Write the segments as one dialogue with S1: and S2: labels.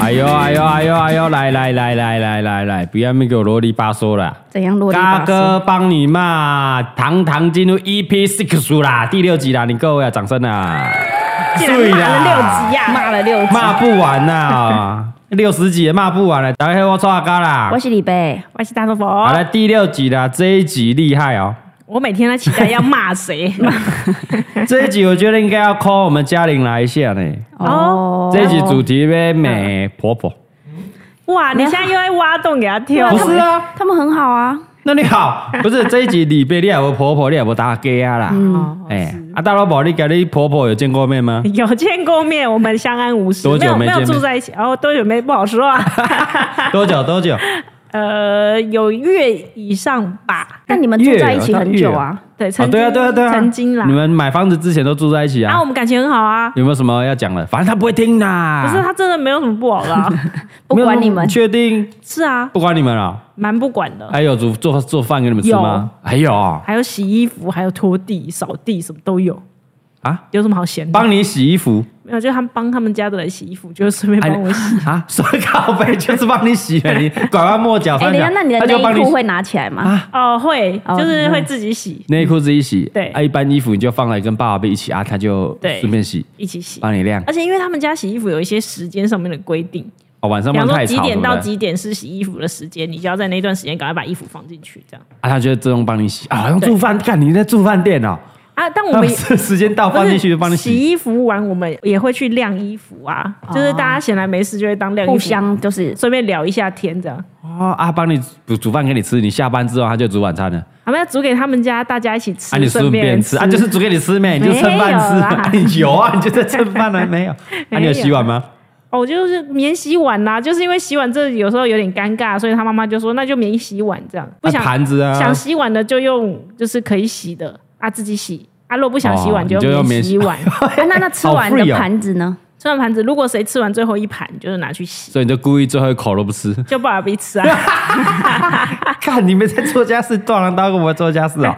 S1: 哎呦哎呦哎呦哎呦！来来来来来来来，不要没给我啰里吧嗦啦！
S2: 怎样落地
S1: 嘎
S2: 把手？
S1: 哥帮你骂，堂堂进入 EP six 啦，第六集啦，你各位啊，掌声啊！
S2: 竟然
S1: 对
S2: 骂了六
S1: 啦
S2: 集呀、骂了六集。
S1: 骂不完呐、六十集也骂不完了，大家我错啊嘎啦
S2: 我！是李贝，
S3: 我是大头
S1: 好
S3: 佛，
S1: 了，第六集啦，这一集厉害哦！
S3: 我每天在期待要骂谁，
S1: 这一集我觉得应该要 call 我们嘉玲来一下呢。
S2: 哦，
S1: 这一集主题为美婆婆，
S3: 哇！你现在又在挖洞给他跳，
S1: 不是啊？
S2: 他们很好啊，
S1: 那你好，不是这一集李贝，你也无婆婆，你也无打给啊啦。
S2: 嗯
S1: 哎、啊大老婆，你跟你婆婆有见过面 吗？
S3: 有见过面，我们相安无事，
S1: 多久没
S3: 没有
S1: 见面
S3: 有住在一起，哦，多久没不好 说啊，
S1: 多久？多久？
S3: 呃，有月以上吧，
S2: 那你们住在一起很久啊？
S3: 对，
S1: 哦，
S3: 曾经、
S1: 对啊，对啊，对啊，
S3: 曾经啦
S1: 你，们买房子之前都住在一起啊？
S3: 啊，我们感情很好啊，
S1: 有没有什么要讲的？反正他不会听啦。
S3: 可是他真的没有什么不好的啊、
S2: 不
S1: 没有
S2: 管你们，
S1: 确定
S3: 是啊，
S1: 不管你们了。
S3: 蛮不管的，
S1: 还有煮做做饭给你们吃吗？还有啊，
S3: 还有洗衣服，还有拖地、扫地，什么都有，有什么好闲的？
S1: 帮你洗衣服
S3: 没有，就他们帮他们家的人洗衣服，就顺便帮我洗。
S1: 啊，说靠背就是帮你洗了，你拐弯抹角 三
S2: 哎、等一
S1: 角
S2: 下，那你的
S1: 他就帮
S2: 内
S1: 你
S2: 裤
S1: 洗
S2: 会拿起来吗？
S1: 啊，
S3: 哦，会，
S2: 哦
S3: 就是
S1: 嗯
S3: 会自己洗，
S1: 内裤自己洗，
S3: 对
S1: 啊，一般衣服你就放来跟爸爸贝一起啊，他就
S3: 对
S1: 顺便洗，
S3: 一起洗。
S1: 帮你晾。
S3: 而且因为他们家洗衣服有一些时间上面的规定，
S1: 哦，晚上
S3: 比
S1: 不
S3: 方
S1: 能
S3: 说
S1: 太
S3: 几
S1: 吵，对
S3: 点
S1: 不
S3: 到
S1: 对？
S3: 几点是洗衣服的时间，你就要在那段时间赶快把衣服放进去，这样
S1: 啊，他就会自动帮你洗啊，好像住饭，看你在住饭店哦，
S3: 啊。但我
S1: 他
S3: 们
S1: 们 是时间到放进去就哦帮你
S3: 洗
S1: 洗，
S3: 衣服完，我们也会去晾衣服啊，就是大家闲来没事就会当晾衣服，
S2: 互相就是
S3: 顺便聊一下天这样。
S1: 哦啊，帮你煮煮饭给你吃，你下班之后他就煮晚餐了。
S3: 我们要煮给他们家大家一起吃，
S1: 啊，你顺便吃啊，就是煮给你吃没，你就蹭饭吃
S2: 没有啦
S1: 啊，你有啊，你就在蹭饭 了没有？啊，你有洗碗吗？
S3: 哦，就是免洗碗啦、就是因为洗碗这有时候有点尴尬，所以他妈妈就说那就免洗碗这样，不
S1: 啊
S3: 想、
S1: 盘子啊，
S3: 想洗碗的就用就是可以洗的啊自己洗啊，若不想洗碗
S1: 哦你就
S3: 用
S1: 用
S3: 免
S1: 免
S3: 洗碗。
S1: 哎
S2: 啊，那那吃完的盘子呢？
S3: 吃完盘子，如果谁吃完最后一盘，就是拿去洗，
S1: 所以你就故意最后一口都不吃。
S3: 就不好意思 啊。
S1: 看你们在做家事，断然当跟我们做家事哦，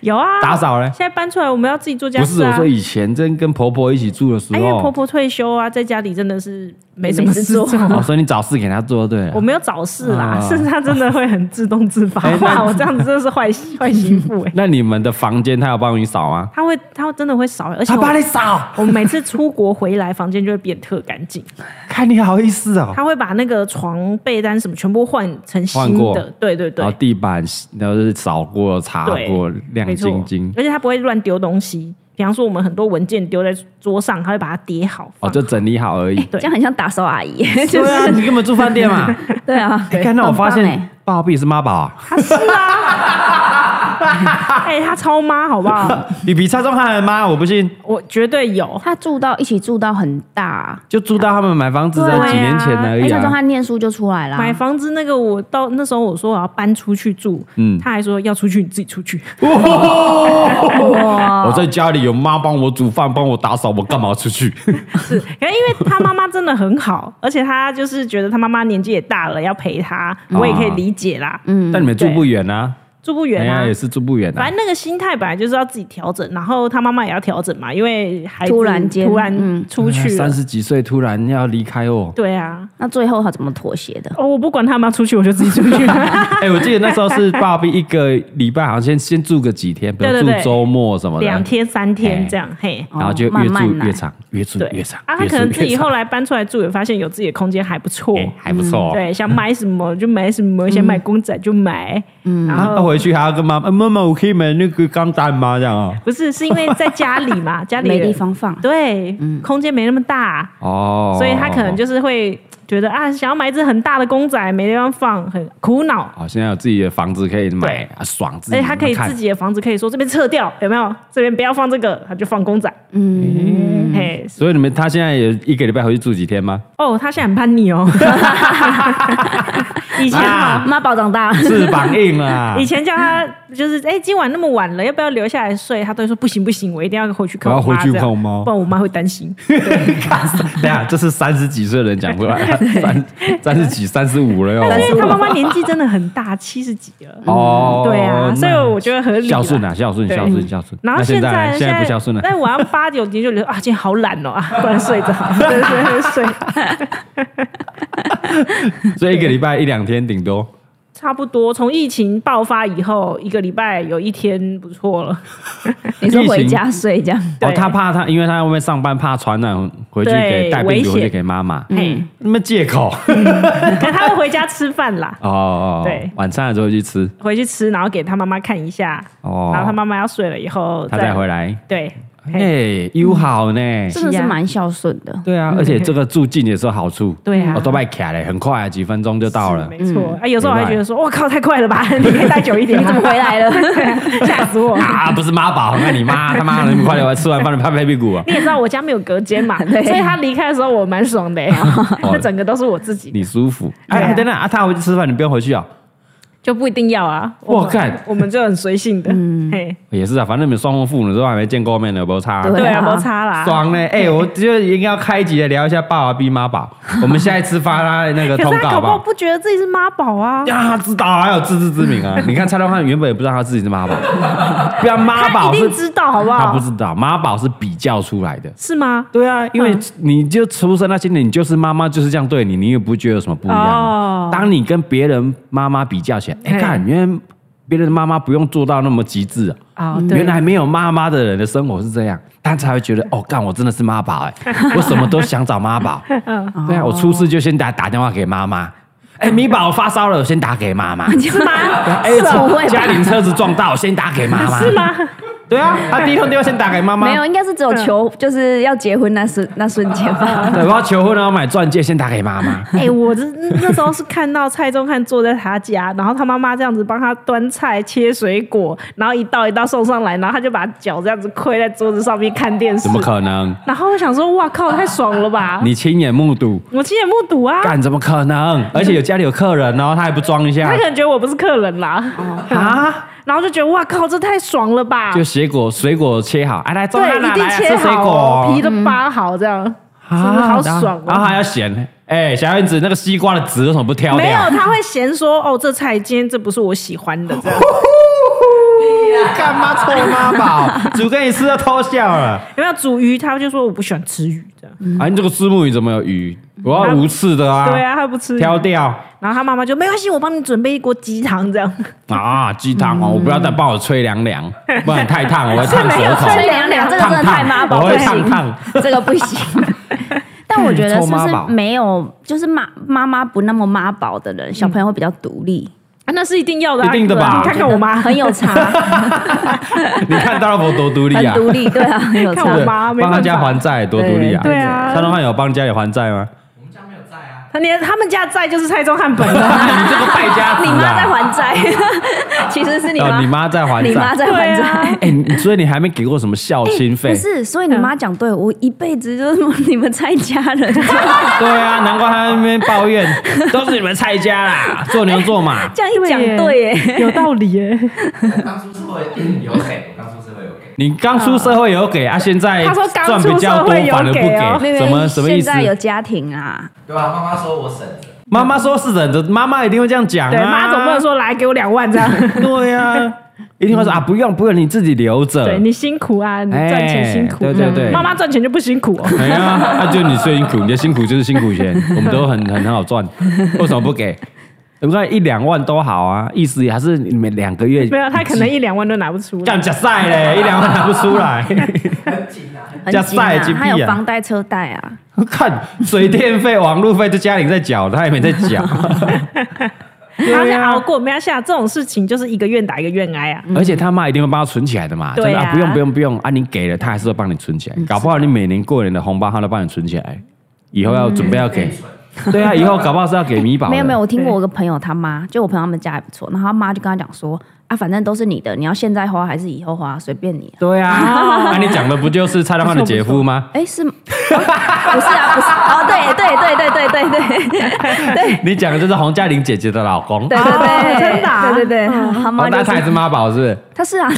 S3: 有啊 啊，
S1: 打扫嘞
S3: 现。在搬出来我们要自己做家
S1: 不是
S3: 事
S1: 我
S3: 啊。
S1: 说，以哦前真跟婆婆一起住的时
S3: 啊因为婆
S1: 候，
S3: 婆退休啊，在家里真的是没什么事
S2: 没事
S3: 做。
S1: 哦，所以你找事给她做对了
S3: 我。没有找事啦，
S1: 啊
S3: 是她真的会很自动自发。
S1: 哎那
S3: 哇，我这样子真的是坏 媳坏媳妇哎。
S1: 那你们的房间她有帮你扫吗？
S3: 他会，他真的会扫，而且
S1: 她
S3: 我
S1: 帮你扫，
S3: 我每次出国回来，房间就会变特干净。
S1: 看你好意思哦。
S3: 他会把那个床被单什么全部换成
S1: 换
S3: 新
S1: 过
S3: 的，对对对
S1: 然后，地板然后是扫过、擦
S3: 对
S1: 过、
S3: 没
S1: 亮
S3: 错
S1: 晶晶。
S3: 而且他不会乱丢东西，比方说我们很多文件丢在桌上，他会把它叠好
S1: 哦，
S3: 放。
S1: 就整理好而 已。
S3: 对
S2: 这样很像打扫阿姨， 就
S1: 对啊，
S2: 是
S1: 你根本住饭 店嘛。
S2: 对啊。
S1: 哎，看到我发
S2: 很棒
S1: 现
S3: 欸
S2: 哎
S1: 爸比是妈宝啊，
S3: 哎、他超妈好不 好？
S1: 你比蔡宗翰还妈，我不信。
S3: 我绝对有。
S1: 啊
S2: 他住到一起住到很大，
S1: 就住到他们买房子
S3: 对
S1: 的
S3: 啊
S1: 几年前而
S2: 哎，
S1: 已
S2: 他说
S1: 啊。
S2: 他念书就出来啦。
S3: 买房子那个，我到那时候我说我要搬出去住，
S1: 嗯
S3: 他还说要出去你自己出去，
S1: 哦我在家里有妈帮我煮饭，帮我打扫，我干嘛出去？
S3: 是，可是因为他妈妈真的很好，而且他就是觉得他妈妈年纪也大了，要陪他，
S1: 哦
S3: 我也可以理解啦，
S1: 但你们住不远啊，
S3: 住不
S1: 哎
S3: 嗯远
S1: 呀
S3: 啊
S1: 也。是住不远啊
S3: 反。正那个心态本来就是要自己调整，然后他妈妈也要调整嘛，因为孩子
S2: 突然间
S3: 突然
S2: 嗯
S3: 出去了，。
S1: 三十几岁突然要离开哦
S3: 对啊，
S2: 那最后他怎么妥协的？
S3: 哦，我不管他妈出去，我就自己出去。
S1: 哎，我记得那时候是爸比一个礼拜，好像先先住个几天，比如
S3: 对
S1: 住
S3: 对对
S1: 周末什么
S3: 两
S1: 的，
S3: 天三天这样，嘿，
S1: 然后就
S2: 哦慢
S1: 越住
S2: 慢来
S1: 越长，越住
S3: 对
S1: 越长。
S3: 啊，他
S1: 越住
S3: 可能自己
S1: 越长
S3: 后来搬出来住，也发现有自己的空间还不错。
S1: 哎还不错哦。
S3: 嗯对，想买什么就买什么，想
S2: 嗯
S3: 买公仔就买。嗯，然
S1: 他
S3: 后
S1: 回去还要跟妈妈，妈妈，我可以买那个钢弹吗？这样啊？
S3: 不是是因为在家里嘛，家里
S2: 没地，方放，
S3: 对，空间没那么大，
S1: 哦，
S3: 所以他可能就是会觉得啊，想要买一只很大的公仔，没地方放，很苦恼。
S1: 好，现在有自己的房子可以买
S3: 对，
S1: 啊爽自己。
S3: 而且哎他可以
S1: 看
S3: 自己的房子可以说这边撤掉，有没有？这边不要放这个，他就放公仔。嗯，嘿，
S1: 所以你们他现在也一个礼拜回去住几天 吗？
S3: 哦，他现在很叛逆哦。以前
S1: 啊
S2: 妈宝长大，
S1: 翅膀硬啊啦
S3: 以，前叫他就是，哎、今晚那么晚了，要不要留下来睡？他都会说不行不行，我一定要回去看
S1: 我要
S3: 我妈，
S1: 回去
S3: 这样
S1: 看我妈
S3: 不然我妈会 担心。
S1: 等一下这是三十几岁的人讲出来， 三三十几、三十五了哟。
S3: 但是因为他妈妈年纪真的很大，七十几了。
S1: 哦，
S3: 对啊，所以
S1: 那
S3: 我觉得合理啦。
S1: 孝顺啊，孝顺，
S3: 对
S1: 孝顺，孝顺。
S3: 然后
S1: 那
S3: 现
S1: 现在
S3: 在
S1: 呢现在不孝顺了，
S3: 但晚上八九点就觉得啊，今天好懒哦啊，不然 睡着， 对对对，睡，
S1: 所以一个礼拜一两天顶多。
S3: 差不多。从疫情爆发以后，一个礼拜有一天不错了，
S2: 你说回家睡这样，
S1: 哦
S3: 对，
S1: 他怕他，因为他在外面上班，怕传染回去给
S3: 对
S1: 带
S3: 危
S1: 病毒
S3: 险嗯
S1: 回去给妈妈。
S3: 嘿，
S1: 那么借 口
S3: 可他会回家吃饭啦，
S1: 哦哦，哦
S3: 对
S1: 晚餐的时候去吃
S3: 回去吃，然后给他妈妈看一下，
S1: 哦，
S3: 然后他妈妈要睡了以后
S1: 他再回来，
S3: 对，嘿
S1: 哎，友好呢，
S2: 真的是蛮孝顺的。
S1: 对啊，而且这个住近也是有好处，
S3: 嗯对啊
S1: 哦，都卖卡嘞，很快啊，几分钟就到了。嗯
S3: 没错。啊，有时候我还觉得说，我靠，太快了吧， 你可以待久一点
S2: 你
S3: 吗
S2: 怎么 回来了？
S3: 吓死我！
S1: 啊，不是妈宝，那你妈他妈的，你们快点，我吃完饭拍拍屁股啊！
S3: 你也知道我家没有隔间嘛，所
S2: 对哦
S3: 以他离开的时候我蛮爽的、欸， 那整个都是我自己，
S1: 你舒服。
S3: 对啊
S1: 哎，等等啊，他回去吃饭，你不用回去啊。
S3: 就不一定要啊。
S1: 我
S3: 们
S1: 干，
S3: 我们就很随性的，
S2: 嗯
S3: 嘿，
S1: 也是啊，反正你们双方父母都还没见过面呢，有没有差啊。
S2: 对
S3: 对啊，
S2: 啊
S3: 摩擦啦。
S1: 爽 嘞！哎，我觉得应该要开一集来聊一下爸爸逼妈 宝。我们下一次发他的那个
S3: 可
S1: 通
S3: 是
S1: 告
S3: 他搞
S1: 好
S3: 不
S1: 不
S3: 好
S1: 好？
S3: 不觉得自己是妈宝啊？
S1: 呀，知道啊还有自知之明 啊！你看蔡东汉原本也不知道他自己是妈宝，不要妈
S3: 他
S1: 宝
S3: 一
S1: 是
S3: 定知道，好不
S1: 他
S3: 好
S1: 不？知道，妈宝是比较出来的。
S3: 是吗？
S1: 对啊，因为
S3: 嗯
S1: 你就出生那些年，你就是妈妈就是这样对你，你也不觉得有什么不一样啊。
S3: 哦
S1: 当你跟别人妈妈比较起来，哎，
S3: 嘿
S1: 看原来别人的妈妈不用做到那么极致啊。
S3: 哦， 对
S1: 原来没有妈妈的人的生活是这样，他才会觉 得哦，干我真的是妈宝哎， 我什么都想找妈宝。
S3: 嗯
S1: 对啊，我出事就先打打电话给妈妈。哎，米宝我发烧了，我先打给妈 妈。
S3: 是吗？
S1: 哎， 车家里车子撞到，我先打给妈妈。
S3: 是？吗？
S1: 对啊，他第一通电话先打给妈妈。
S2: 没有，应该是只有求，
S3: 嗯
S2: 就是要结婚那瞬那瞬间吧。
S1: 对，我要求婚了，我要买钻戒，先打给妈妈。
S3: 哎、我这那时候是看到蔡宗翰坐在他家，然后他妈妈这样子帮他端菜、切水果，然后一道一道送上来，然后他就把脚这样子跪在桌子上面看电 视。
S1: 怎么可能？
S3: 然后我想说，哇靠，太爽了吧！
S1: 你亲眼目睹，
S3: 我亲眼目睹啊，
S1: 干怎么可能？
S3: 嗯
S1: 而且有家里有客人，哦然后他还不装一下
S3: 他可能觉得我不是客人啦，
S1: 啊？
S3: 然后就觉得哇靠，这太爽了吧！
S1: 就水果水果切好，哎来，中
S3: 对，
S1: 汉
S3: 一
S1: 啊，
S3: 定
S1: 来啊
S3: 切
S1: 吃水
S3: 好
S1: 果
S3: 哦，
S1: 哦
S3: 皮，都扒好这样，是不是
S1: 啊
S3: 好爽
S1: 然后
S3: 哦？
S1: 还要咸，哎，小燕子那个西瓜的籽为什么不挑
S3: 没有
S1: 掉？，
S3: 他会嫌说哦，这菜今天这不是我喜欢的这样。
S1: 干嘛臭妈 宝？煮给你吃都偷笑了。
S3: 有没有煮鱼？他就说我不喜欢吃鱼这样。
S1: 啊，你这个石目鱼怎么有鱼？我要无刺的啊！
S3: 对，啊，他不吃鱼。
S1: 挑掉
S3: 然后他妈妈就没关系，我帮你准备一锅鸡汤这样。
S1: 啊！鸡汤哦，我不要再帮我吹凉凉，不然太烫，我会烫
S3: 没
S1: 舌
S3: 有
S1: 头。
S2: 吹凉凉，这个真的太妈宝，
S1: 我
S2: 不
S1: 会烫
S2: 行，
S1: 烫。
S2: 这个不行。 但我觉得是
S1: 臭
S2: 不
S1: 妈
S2: 是
S1: 宝
S2: 没有，就是妈妈妈不那么妈宝的人，小朋友会比较独立，
S3: 啊，那是一定要的、啊，
S1: 一定的吧
S3: 你看看我妈，
S2: 很有 差，
S1: 你看大老婆多独立
S2: 很
S1: 啊！
S2: 独立，对啊，很有
S3: 看
S2: 差
S3: 我
S1: 对，
S3: 妈没
S1: 帮他
S3: 办
S1: 家
S3: 法
S1: 还债多独立啊！
S3: 对对啊
S1: 蔡东汉有帮家里还债吗？
S3: 他连 他们家在就是蔡宗汉本 人。
S1: 你这个败家子啊！
S2: 你妈在 还债，其实是你
S1: 哦
S2: 妈，
S1: 你妈在还
S2: 你妈
S1: 债。
S2: 在还债。
S3: 啊
S1: 哎，你所以你还没给过什么孝心费
S3: 哎
S2: 不？是，所以你
S3: 嗯
S2: 妈讲对，我一辈子就是你们蔡家人，
S1: 对啊，难怪他在那边抱怨，都是你们蔡家啦，做牛做马。
S2: 这样一讲对耶，
S3: 有道理耶。
S4: 当初是会嗯有给，我当初是会有给。
S1: 你刚出社会有给啊，现在
S3: 他说刚
S1: 赚比
S3: 出
S1: 较
S3: 社
S1: 多
S3: 会有
S1: 反而
S3: 给哦
S1: 不
S2: 没
S1: 给，
S2: 有
S1: 什
S2: 没有
S1: 么什么意思
S2: 现？在有家庭啊，
S4: 对啊，妈妈说我省着，
S1: 妈妈说是忍着，妈妈一定会这样讲
S3: 对，
S1: 啊。
S3: 妈总不能说来给我两万这样。
S1: 对呀，一定会说啊，不用不用，你自己留着。
S3: 对你辛苦啊，你赚钱辛苦。
S1: 哎对对对
S3: 嗯妈妈赚钱就不辛苦 哦。
S1: 没啊，啊就你最辛苦，你的辛苦就是辛苦钱，我们都很很很好 赚，为什么不给？我看一两万都好啊，意思也还是你们两个月
S3: 没有，他可能一两万都拿不出来。
S1: 干假赛嘞，一两万拿不出来，
S2: 很
S1: 家
S2: 紧啊
S1: 债已经，
S2: 还
S1: 毕
S2: 有
S1: 啊
S2: 房贷车贷啊，
S1: 看水电费、网路费，这家里在缴，他也没在 缴。
S3: 他是熬过， 没关系啊。这种事情就是一个愿打一个愿 挨啊。
S1: 而且他妈一定会帮他存起来的嘛，
S3: 对
S1: 真的、
S3: 啊嗯
S1: 不用不用不用啊，你给了他还是会帮你存起来，搞不好你每年过年的红包他都帮你存起来，以后要准备要给，
S3: 嗯
S1: 对啊，以后搞不好是要给米宝的。
S2: 没有没有，我听过我一个朋友他妈，就我朋友他们家还不错，然后他妈就跟他讲说啊，反正都是你的，你要现在花还是以后花，随便你。
S1: 对啊，那你讲的不就是蔡康永的姐夫 吗？
S2: 哎，是吗，不是啊，不是哦，对对对对对对对对
S1: 你讲的就是洪嘉玲姐姐的老公，
S2: 对
S1: 哦
S2: 对对，
S3: 哦真的啊
S2: 对对对，他妈
S1: 那
S2: 就
S1: 他也
S2: 是
S1: 是妈宝是不是？
S2: 他是啊，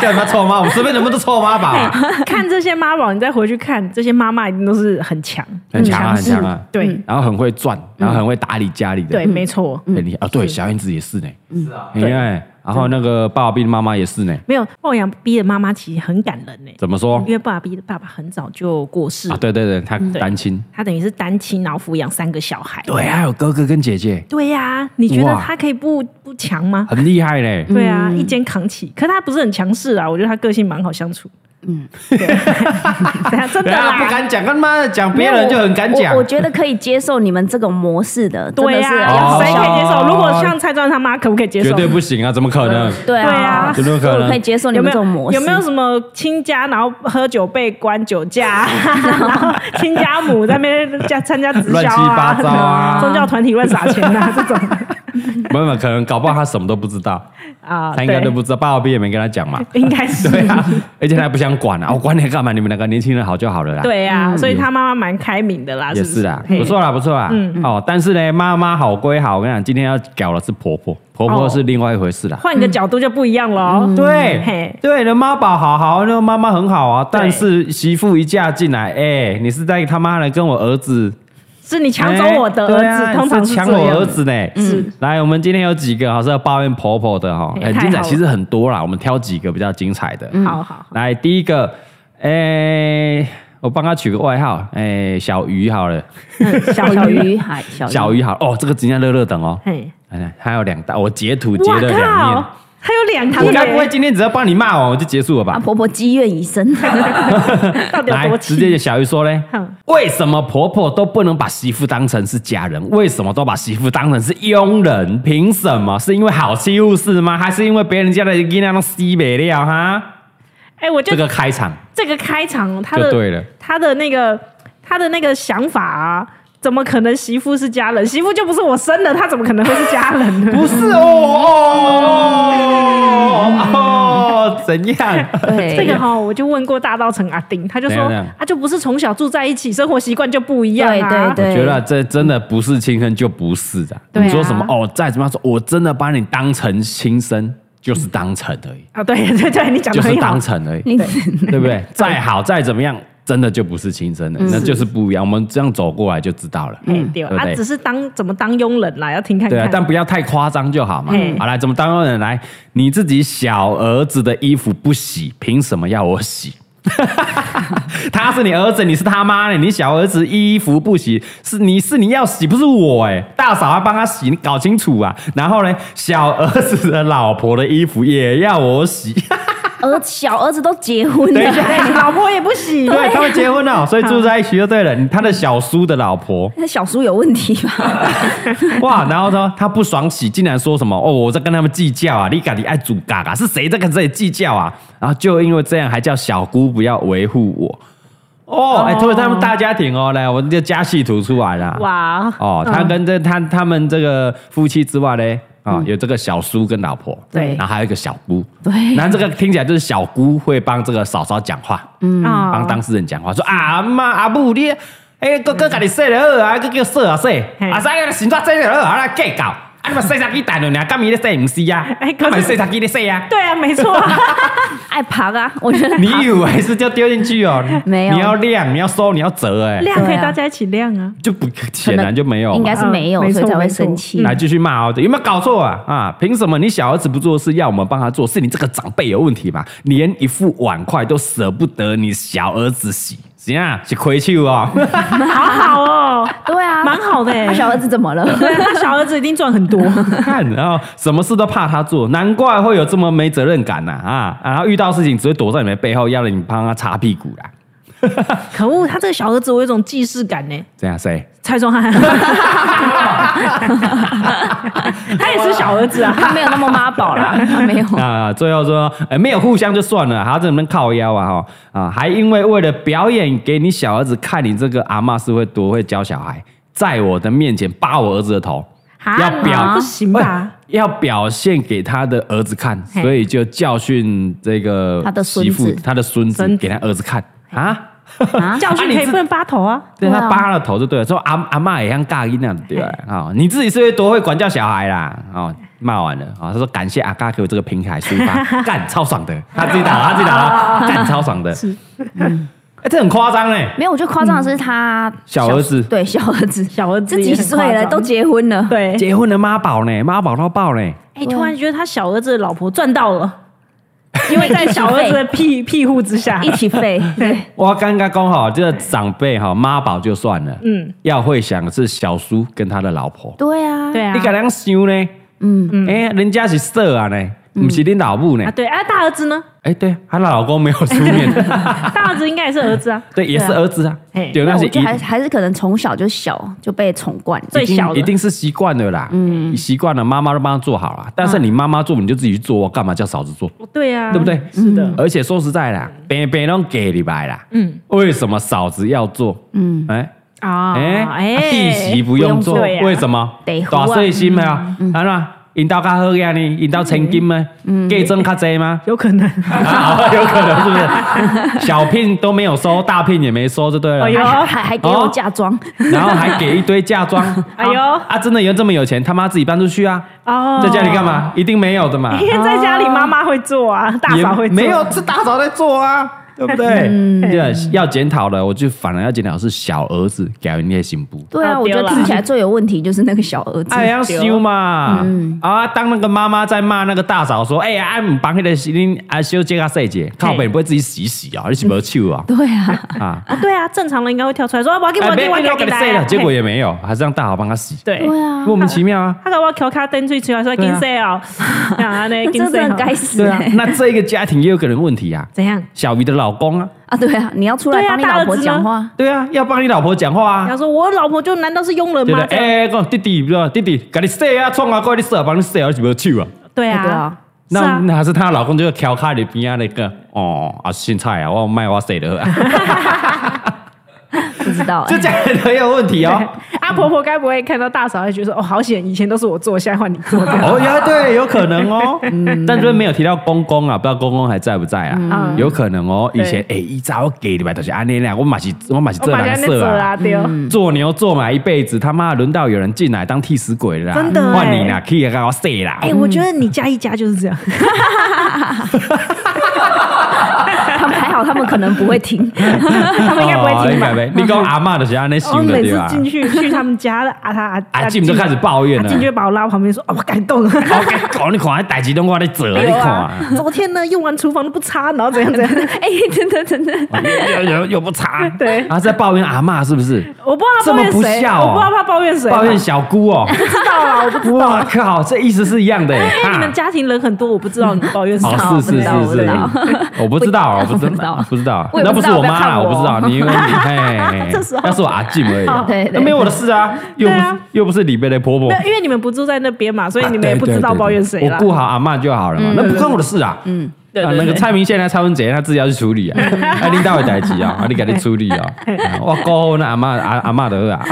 S1: 干嘛臭妈？我们身边全部都臭妈宝啊，
S3: 看这些妈宝，你再回去看这些妈妈，一定都是很强，
S1: 很强啊，很
S3: 势
S1: 强啊。
S3: 对、
S1: 然后很会赚，然后很会打理家里的，
S3: 对，没错。
S1: 很厉害啊。对，小燕子也是呢，
S4: 是啊，
S1: 很厉害。然后那个爸爸兵妈妈也是呢，
S3: 没有鲍阳逼的妈妈其实很感人欸呢、
S1: 怎么说
S3: 因为鲍阳逼的爸爸很早就过世，
S1: 啊？对对对，他单亲，
S3: 他等于是单亲，然后抚养三个小孩。
S1: 对，还有哥哥跟姐姐，
S3: 对呀、你觉得
S1: 哇
S3: 他可以不不强吗？
S1: 很厉害
S2: 嗯
S1: 嘞。
S3: 对啊，一肩扛起。可他不是很强势啊，我觉得他个性蛮好相处。 嗯，对等下真的
S1: 对啊，不
S3: 啦，
S1: 敢讲，跟妈的讲别人就很敢讲
S2: 我我。觉得可以接受你们这种模式的，真
S3: 对
S2: 的是
S3: 呀，
S2: 要
S1: 哦
S3: 谁可以接受？
S1: 哦
S3: 如果像蔡庄他妈，可不可以接
S1: 绝
S3: 受？
S1: 对不行啊！怎么可能？
S2: 对
S3: 对啊
S2: 啊，
S1: 有没有可能
S2: 我可以接受你
S3: 有没
S2: 们这
S3: 有
S2: 种模式？
S3: 有没有什么亲家，然后喝酒被关酒驾，啊 然后亲家母在那边加参加直销
S1: 乱七八糟啊
S3: 啊， 宗教团体乱撒钱啊，这种
S1: 没有，可能搞不好他什么都不知道，
S3: 啊，
S1: 他应该
S3: 对
S1: 都不知道。爸爸兵也没跟他讲嘛。
S3: 应该 是
S1: 对啊，而且他也不想管啊，我管你干嘛？你们两个年轻人好就好了啦。
S3: 对啊，所以他妈妈蛮开明的啦，
S1: 嗯也
S3: 是
S1: 是
S3: 啊
S1: 啦，，不错啦，不错啦。
S3: 嗯
S1: 哦，但是呢，妈妈好归好，我跟你讲，今天要搞的是婆婆，婆婆
S3: 哦
S1: 是另外一回事啦。
S3: 换个角度就不一样喽。
S1: 嗯对
S3: 嘿，
S1: 对，那妈宝好好，那妈妈很好啊。但是媳妇一嫁进来，哎，你是在他妈的跟我儿子
S3: 是你抢走我的儿
S1: 哎对啊
S3: 子，通常
S1: 你
S3: 是
S1: 是
S3: 这样
S1: 抢我儿。子呢。嗯，来，我们今天有几个好是要抱怨婆婆的哈，
S3: 哎
S1: 很
S3: 太
S1: 精
S3: 好
S1: 彩，
S3: 了嗯
S1: 其实很多啦，我们挑几个比较精彩的。
S3: 好好，
S1: 来，第一个，哎，我帮他取个外号，哎，小鱼好了，
S2: 小 鱼海小
S1: 小鱼好了哦，这个今天乐乐等哦。
S3: 嘿，
S1: 哎，还有两道，我截图截
S3: 哇
S1: 了两面
S3: 靠。，还有两
S1: 我该
S3: 页
S1: 不会今天只要帮你骂完我就结束了
S2: 啊，
S1: 吧？
S2: 婆婆积怨已深，
S3: 到底有
S1: 来，
S3: 多
S1: 直接
S3: 气？
S1: 就小鱼说嘞
S3: 哼，
S1: 为什么婆婆都不能把媳妇当成是家人？为什么都把媳妇当成是佣人？凭什么？是因为好欺负是吗？还是因为别人家的姑娘都吸没了哈？
S3: 哎，我就
S1: 这个开场
S3: 这个开场，他
S1: 就
S3: 的
S1: 对了。
S3: 他的那个他的那个想法啊，怎么可能媳妇是家人？媳妇就不是我生的，他怎么可能会是家人呢？
S1: 不是哦哦哦，怎样？
S2: 对
S3: 这个哈、我就问过大道城阿丁，他就说
S1: 怎样怎样
S3: 啊，就不是从小住在一起，生活习惯就不一样
S2: 对
S3: 啊。
S2: 对
S1: 我
S2: 对，
S1: 觉得这真的不是亲生就不是的。
S2: 对啊
S1: 你说什么哦？再怎么样说，我真的把你当成亲生，就是当成而已，
S3: 啊，对对对，你讲的
S1: 就是
S3: 很好
S1: 当。成而已，
S2: 你
S1: 对不对？再好再怎么样，真的就不是亲生的，
S3: 嗯
S1: 那就是不一样。我们这样走过来就知道了，
S3: 哎，对
S1: 嗯对不
S3: 啊，只
S1: 对？
S3: 是当怎么当佣人啦，要听看
S1: 对啊
S3: 看。，
S1: 但不要太夸张就好嘛
S3: 嗯。
S1: 好来，怎么当佣人？来，你自己小儿子的衣服不洗，凭什么要我洗？ 他是你儿子，你是他妈呢？你小儿子衣服不洗，是你是你要洗，不是我哎、大嫂要帮他洗，你搞清楚啊。然后呢，小儿子的老婆的衣服也要我洗，
S2: 儿小儿子都结婚
S1: 等一
S2: 了，
S1: 下，
S3: 哎老婆也不洗，
S1: 对啊他们结婚了，所以住在一起就对了。你他的小叔的老婆，
S2: 那小叔有问题吧？
S1: 哇，然后呢，他不爽洗，竟然说什么哦，我在跟他们计较啊，你敢你爱主嘎嘎，是谁在跟谁计较啊？然后就因为这样，还叫小姑不要维护我。哦，哎、所以他们大家庭哦，来，我们就加戏图出来了。
S3: 哇，
S1: 哦，他跟这他他们这个夫妻之外嘞，啊、有这个小叔跟老婆，
S2: 对
S1: 然后还有一个小姑，
S2: 对
S1: 然后这个听起来就是小姑会帮这个嫂嫂讲话，嗯，
S3: 啊
S2: 哦
S1: 帮当事人讲话，说啊妈阿母你，哎哥哥跟你说了啊，哥叫说啊说，
S3: 嘿
S1: 啊三个新抓这了啊来计较，啊你嘛洗啥去蛋了呢？干咪咧洗唔是 啊？
S3: 哎可
S1: 干
S3: 是
S1: 嘛洗啥去咧洗啊？
S3: 对啊，没错啊，
S2: 爱爬啊，我觉得
S1: 你以为是就丢进去哦？
S2: 没有
S1: 你要晾，你要收，你要折，哎，
S3: 量可
S2: 对
S3: 以
S2: 啊
S3: 大家一起量啊。
S1: 就不显然就没有嘛，
S2: 应该是没有
S3: 嗯，
S2: 所以才
S3: 没
S2: 会
S3: 错
S2: 生气。
S1: 来继续骂哦，有没有搞错啊？啊，凭什么你小儿子不做事，要我们帮他做？是你这个长辈有问题吧？连一副碗筷都舍不得你小儿子洗，怎样？是亏欠哦。
S3: 好好哦，
S2: 对啊，
S3: 蛮好 的欸
S2: 他小儿子怎么了？
S3: 对他小儿子一定赚很多。
S1: 看，然后什么事都怕他做，难怪会有这么没责任感呐啊啊！然后遇到事情只会躲在你们背后，要你帮他擦屁股啦。
S3: 可恶，他这个小儿子我有一种既视感呢。
S1: 这样谁？
S3: 蔡宗 翰，他也是小儿子啊。
S2: 他没有那么妈宝啦， 他没 有。
S1: 那最后说，哎，没有互相就算了，还要在那边靠腰啊，哈啊，还因为为了表演给你小儿子看，你这个阿嬷是会多会教小孩，在我的面前扒我儿子的头，
S3: 啊
S1: 要表
S3: 不行吧？
S1: 喂要表现给他的儿子看，
S2: 嘿
S1: 所以就教训这个
S2: 他的孙
S1: 媳妇
S2: 子
S1: 他的孙子
S3: 孙子
S1: 给他儿子看啊。
S2: 啊
S3: 教训可以不能扒头啊。
S1: 对
S2: 对
S1: 他
S2: 啊
S1: 扒了头就对了，说阿阿妈也像尬音那样对吧？哦，你自己是会多会管教小孩啦，哦，骂完了啊、哦，他说感谢阿嘎给我这个平台抒 发，干超爽的，他自己打，他自己打，干超爽的，嗯，哎，这很夸张哎，
S2: 没有，我觉得夸张的是他
S1: 小儿子
S2: 对小儿子，
S3: 小儿
S2: 这
S3: 子也
S2: 几
S3: 很夸张
S2: 岁了，都结婚了，
S3: 对，
S1: 结婚了妈宝呢，妈宝到爆呢，
S3: 哎、突然觉得他小儿子的老婆赚到了，因为在哎小儿子 的庇庇护之下
S2: 一，起 废。
S3: 对，
S1: 我刚刚刚好这个长辈哈、妈宝就算了，嗯
S3: 嗯，
S1: 要会想的是小叔跟他的老婆，
S2: 对啊，
S3: 对啊
S1: 你，敢这样想呢？
S2: 嗯，
S1: 哎、人家是色啊呢，不是你老母呢
S3: 啊，对，啊，大儿 子呢？
S1: 哎、对，她老公没有出面。
S3: 大儿子应该也是儿子啊，
S1: 对，也是儿子啊，
S3: 嘿
S1: 对，那
S2: 那
S1: 是
S2: 我觉
S1: 一
S2: 得还还是可能从小就小就被宠惯了。
S3: 最
S1: 一定
S3: 小的
S1: 一定是习惯的啦，嗯，你习惯了，妈妈都帮他做好了，但是你妈妈做你就自己去做，我干嘛叫嫂子做，
S3: 对啊，
S1: 对不对？
S2: 嗯
S3: 是的，
S1: 而且说实在啦，别别弄给礼拜啦，嗯，为什么嫂子要做？嗯，哎
S3: 啊，
S1: 哎啊弟媳不用做，
S3: 不用做呀
S1: 为什么
S2: 得？付
S1: 大
S2: 啊
S1: 岁心没有？啊啦，引到较好呀呢，引到千金吗？嫁妆较济吗？
S3: 有可 能，
S1: 啊有可能是不是？小聘都没有收，大聘也没收，就对了
S3: 哎。呦
S2: 还还还给我嫁
S3: 哦
S2: 妆，
S1: 然后还给一堆嫁妆。
S3: 哎呦
S1: 啊啊，真的有这么有钱？他妈自己搬出去啊？
S3: 哦
S1: 在家里干？嘛？一定没有的嘛
S3: 因。为在家里妈妈会做啊， 大嫂会
S1: 也
S3: 做，嗯
S1: 没有，是大嫂在做啊， 对不对？对，要检讨的，我就反而要检讨是小儿子给人家行不？
S2: 对啊，
S3: 哦
S2: 我觉
S3: 丢
S2: 得
S3: 了
S2: 听起来最有问题就是那个小儿子。
S1: 哎，要修嘛
S2: 嗯！
S1: 啊，当那个妈妈在骂那个大嫂说：“哎呀，俺唔帮那个啊恁阿修这个细节，靠北你不会自己洗一洗啊？你是没手 啊？
S2: 对啊，
S1: 啊！
S3: 啊，对啊，正常人应该会跳出来说，啊我要给
S1: 哎
S3: 我给
S1: 没
S3: 我
S1: 没
S3: 给
S1: 有
S3: 我
S1: 给
S3: 给
S1: 你
S3: 他
S1: 洗
S3: 啊
S1: 了，，结果也没有，还是让大嫂帮他洗，
S3: 对。
S2: 对啊，
S1: 莫名其妙啊！
S3: 他搞不好敲卡灯最出来说
S1: 对啊
S3: 金色哦， 啊，那
S2: 那
S3: 金
S2: 真
S3: 色
S2: 的很
S3: 哦
S2: 该死
S1: 对啊
S2: 欸，
S1: 那这一个家庭也有可能问题啊。
S3: 怎样？
S1: 小鱼的老公啊，
S2: 啊！对啊，你要出来
S3: 对啊
S2: 帮你
S3: 大
S2: 老婆
S3: 儿子呢
S2: 讲话，
S1: 对啊，要帮你老婆讲话
S3: 他
S1: 啊，
S3: 说我老婆就难道是佣人
S1: 对不
S3: 吗
S1: 对？？哎，讲弟弟，对吧？弟弟，赶紧洗啊，冲啊，快点洗啊，帮你洗啊，是不去啊？
S3: 对
S2: 对
S3: 啊，
S2: 啊，
S3: 是
S1: 那
S3: 啊
S1: 那还是她老公就要调侃你边啊那个哦啊，青菜啊，我卖我洗的，
S2: 不知道
S1: 就
S2: 哎，
S1: 讲的很有问题哦。
S3: 阿啊婆婆该不会看到大嫂，会觉得说哦，好险，以前都是我做，现在换你做的。
S1: 哦，呀，对，有可能 哦。
S3: 嗯
S1: 但这边没有提到公公啊，不知道公公还在不在啊？有可能哦。以前哎，一早给礼拜都是安尼啦，我嘛是我嘛是
S3: 我
S1: 这
S3: 把
S1: 蓝
S3: 人家
S1: 色
S3: 做
S1: 啊。
S3: 啦，对哦，
S2: 嗯
S1: 做牛做马一辈子，他妈轮到有人进来当替死鬼了啦，
S3: 真的欸
S1: 换你啦，可以给我睡啦。
S3: 哎，我觉得你家一家就 是这样，
S2: 他们还好，他们可能不会听。
S3: 他们应该不会听吧？
S1: 哦你讲阿嬷就是安尼
S3: 我
S1: 想的
S3: 每
S1: 对
S3: 次
S1: 吧？
S3: 进去去他 们家的啊，他啊
S1: 阿进就开始抱怨
S3: 阿
S1: 了。
S3: 进就会把我拉到旁边说：“哦，我感动了。
S1: 我跟你讲，你看，代志拢我在做，你
S3: 对
S1: 看，
S3: 啊，昨天呢用完厨房都不擦，然后怎样怎 样。
S2: 哎，真的真的，
S1: 啊又又又不差。
S3: 对
S1: 啊，在抱怨阿嬷是不是？
S3: 我不知道他抱
S1: 这
S3: 怨
S1: 么不
S3: 谁，
S1: 孝哦
S3: 我不知道他抱怨谁。啊
S1: 抱怨小姑哦，
S3: 知道啦，我不知道
S1: 哇。靠，这意思是一样的欸。
S3: 因为你们家庭人很多，我不知道你抱怨谁。啊
S1: 哦，是是
S2: 我
S1: 是
S2: 不知
S1: 是
S2: 道，
S1: 我不知道，我不
S2: 我不
S1: 知
S2: 知道
S1: 道，不知道，
S2: 我也
S1: 那
S2: 不
S1: 是
S2: 知道
S1: 我妈啦，
S2: 不要看
S1: 我
S2: 我
S1: 不知道，你因为你嘿，
S3: 这时候
S1: 那是我阿静而已 啊，
S2: 对对
S1: 那没有我的事啊，又不
S3: 对
S1: 是
S3: 啊
S1: 又不是里边的婆婆
S3: 没，有，因为你们不住在那边嘛，所以你们
S1: 啊
S3: 也不知道抱怨
S1: 对
S3: 谁
S1: 对对
S3: 啦嗯
S1: 对。我顾好阿嬷就好了嘛，那不关我的事啊，嗯。
S3: 对
S1: 啊
S3: 对，对
S1: 那个蔡明宪啊、蔡文杰，他自己要去处 理啊，啊，领导的代志啊，啊，你赶紧处理啊，啊我高那阿嬷阿阿嬷的啊，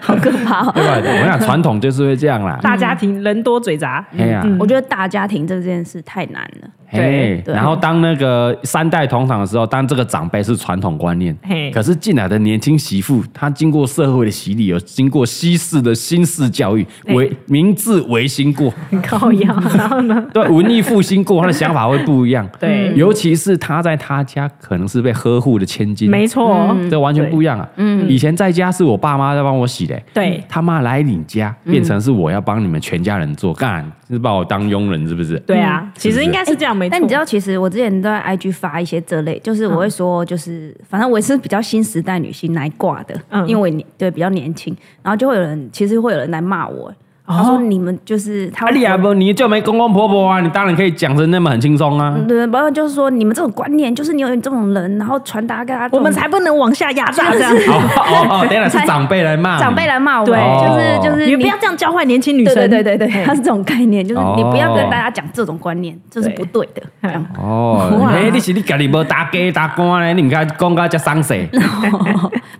S2: 好可怕哦
S1: 对。吧？我想传统就是会这样啦，
S3: 大家庭人多嘴杂，
S1: 哎呀，
S3: 嗯
S2: 我觉得大家庭这件事太难了。
S1: 嘿，
S2: 对
S1: 然后当那个三代同堂的时候，当这个长辈是传统观念
S3: 嘿，
S1: 可是进来的年轻媳妇，她经过社会的洗礼，有经过西式的新式教育，维明治维新过，
S3: 很高 压。然后呢，
S1: 对文艺复兴过，她的想法会不一 样。
S3: 对
S1: 尤其是她在她家可能是被呵护的千金，啊
S3: 没错，哦
S1: 这完全不一样啊。嗯，以前在家是我爸妈在帮我洗的，
S3: 对嗯
S1: 他妈来你家变成是我要帮你们全家人做，干是把我当佣人是不是？
S3: 对啊，
S1: 嗯
S3: 其
S1: 是不哎是
S3: 实应该是这样，没错。嗯
S2: 但你知道，其实我之前都在 IG 发一些这类，就是我会说，就是、反正我也是比较新时代女性来挂的，
S3: 嗯哦
S2: 因为我年对比较年轻，然后就会有人其实会有人来骂我。他说你们就是他
S1: 啊，你啊
S2: 会。
S1: 不，你就没公公婆婆啊，你当然可以讲成那么很轻松
S3: 嗯
S1: 啊。
S2: 对，不然就是说你们这种观念，就是你有你这种人，然后传达给他这种，
S3: 我们才不能往下压榨这样。
S1: 哦哦哦，等一下是长辈来骂你，
S2: 长辈来骂我，
S3: 对
S2: 们，就是就是
S3: 你不要这样教坏年轻女生。哦
S2: 对对对对对，他是这种概念，就是你不要跟大家讲这种观念，这是不对的。这
S3: 嗯
S2: 样
S1: 哦，
S2: 哇
S1: 哎，你是你家己无打鸡打官嘞，你唔敢讲到遮伤势，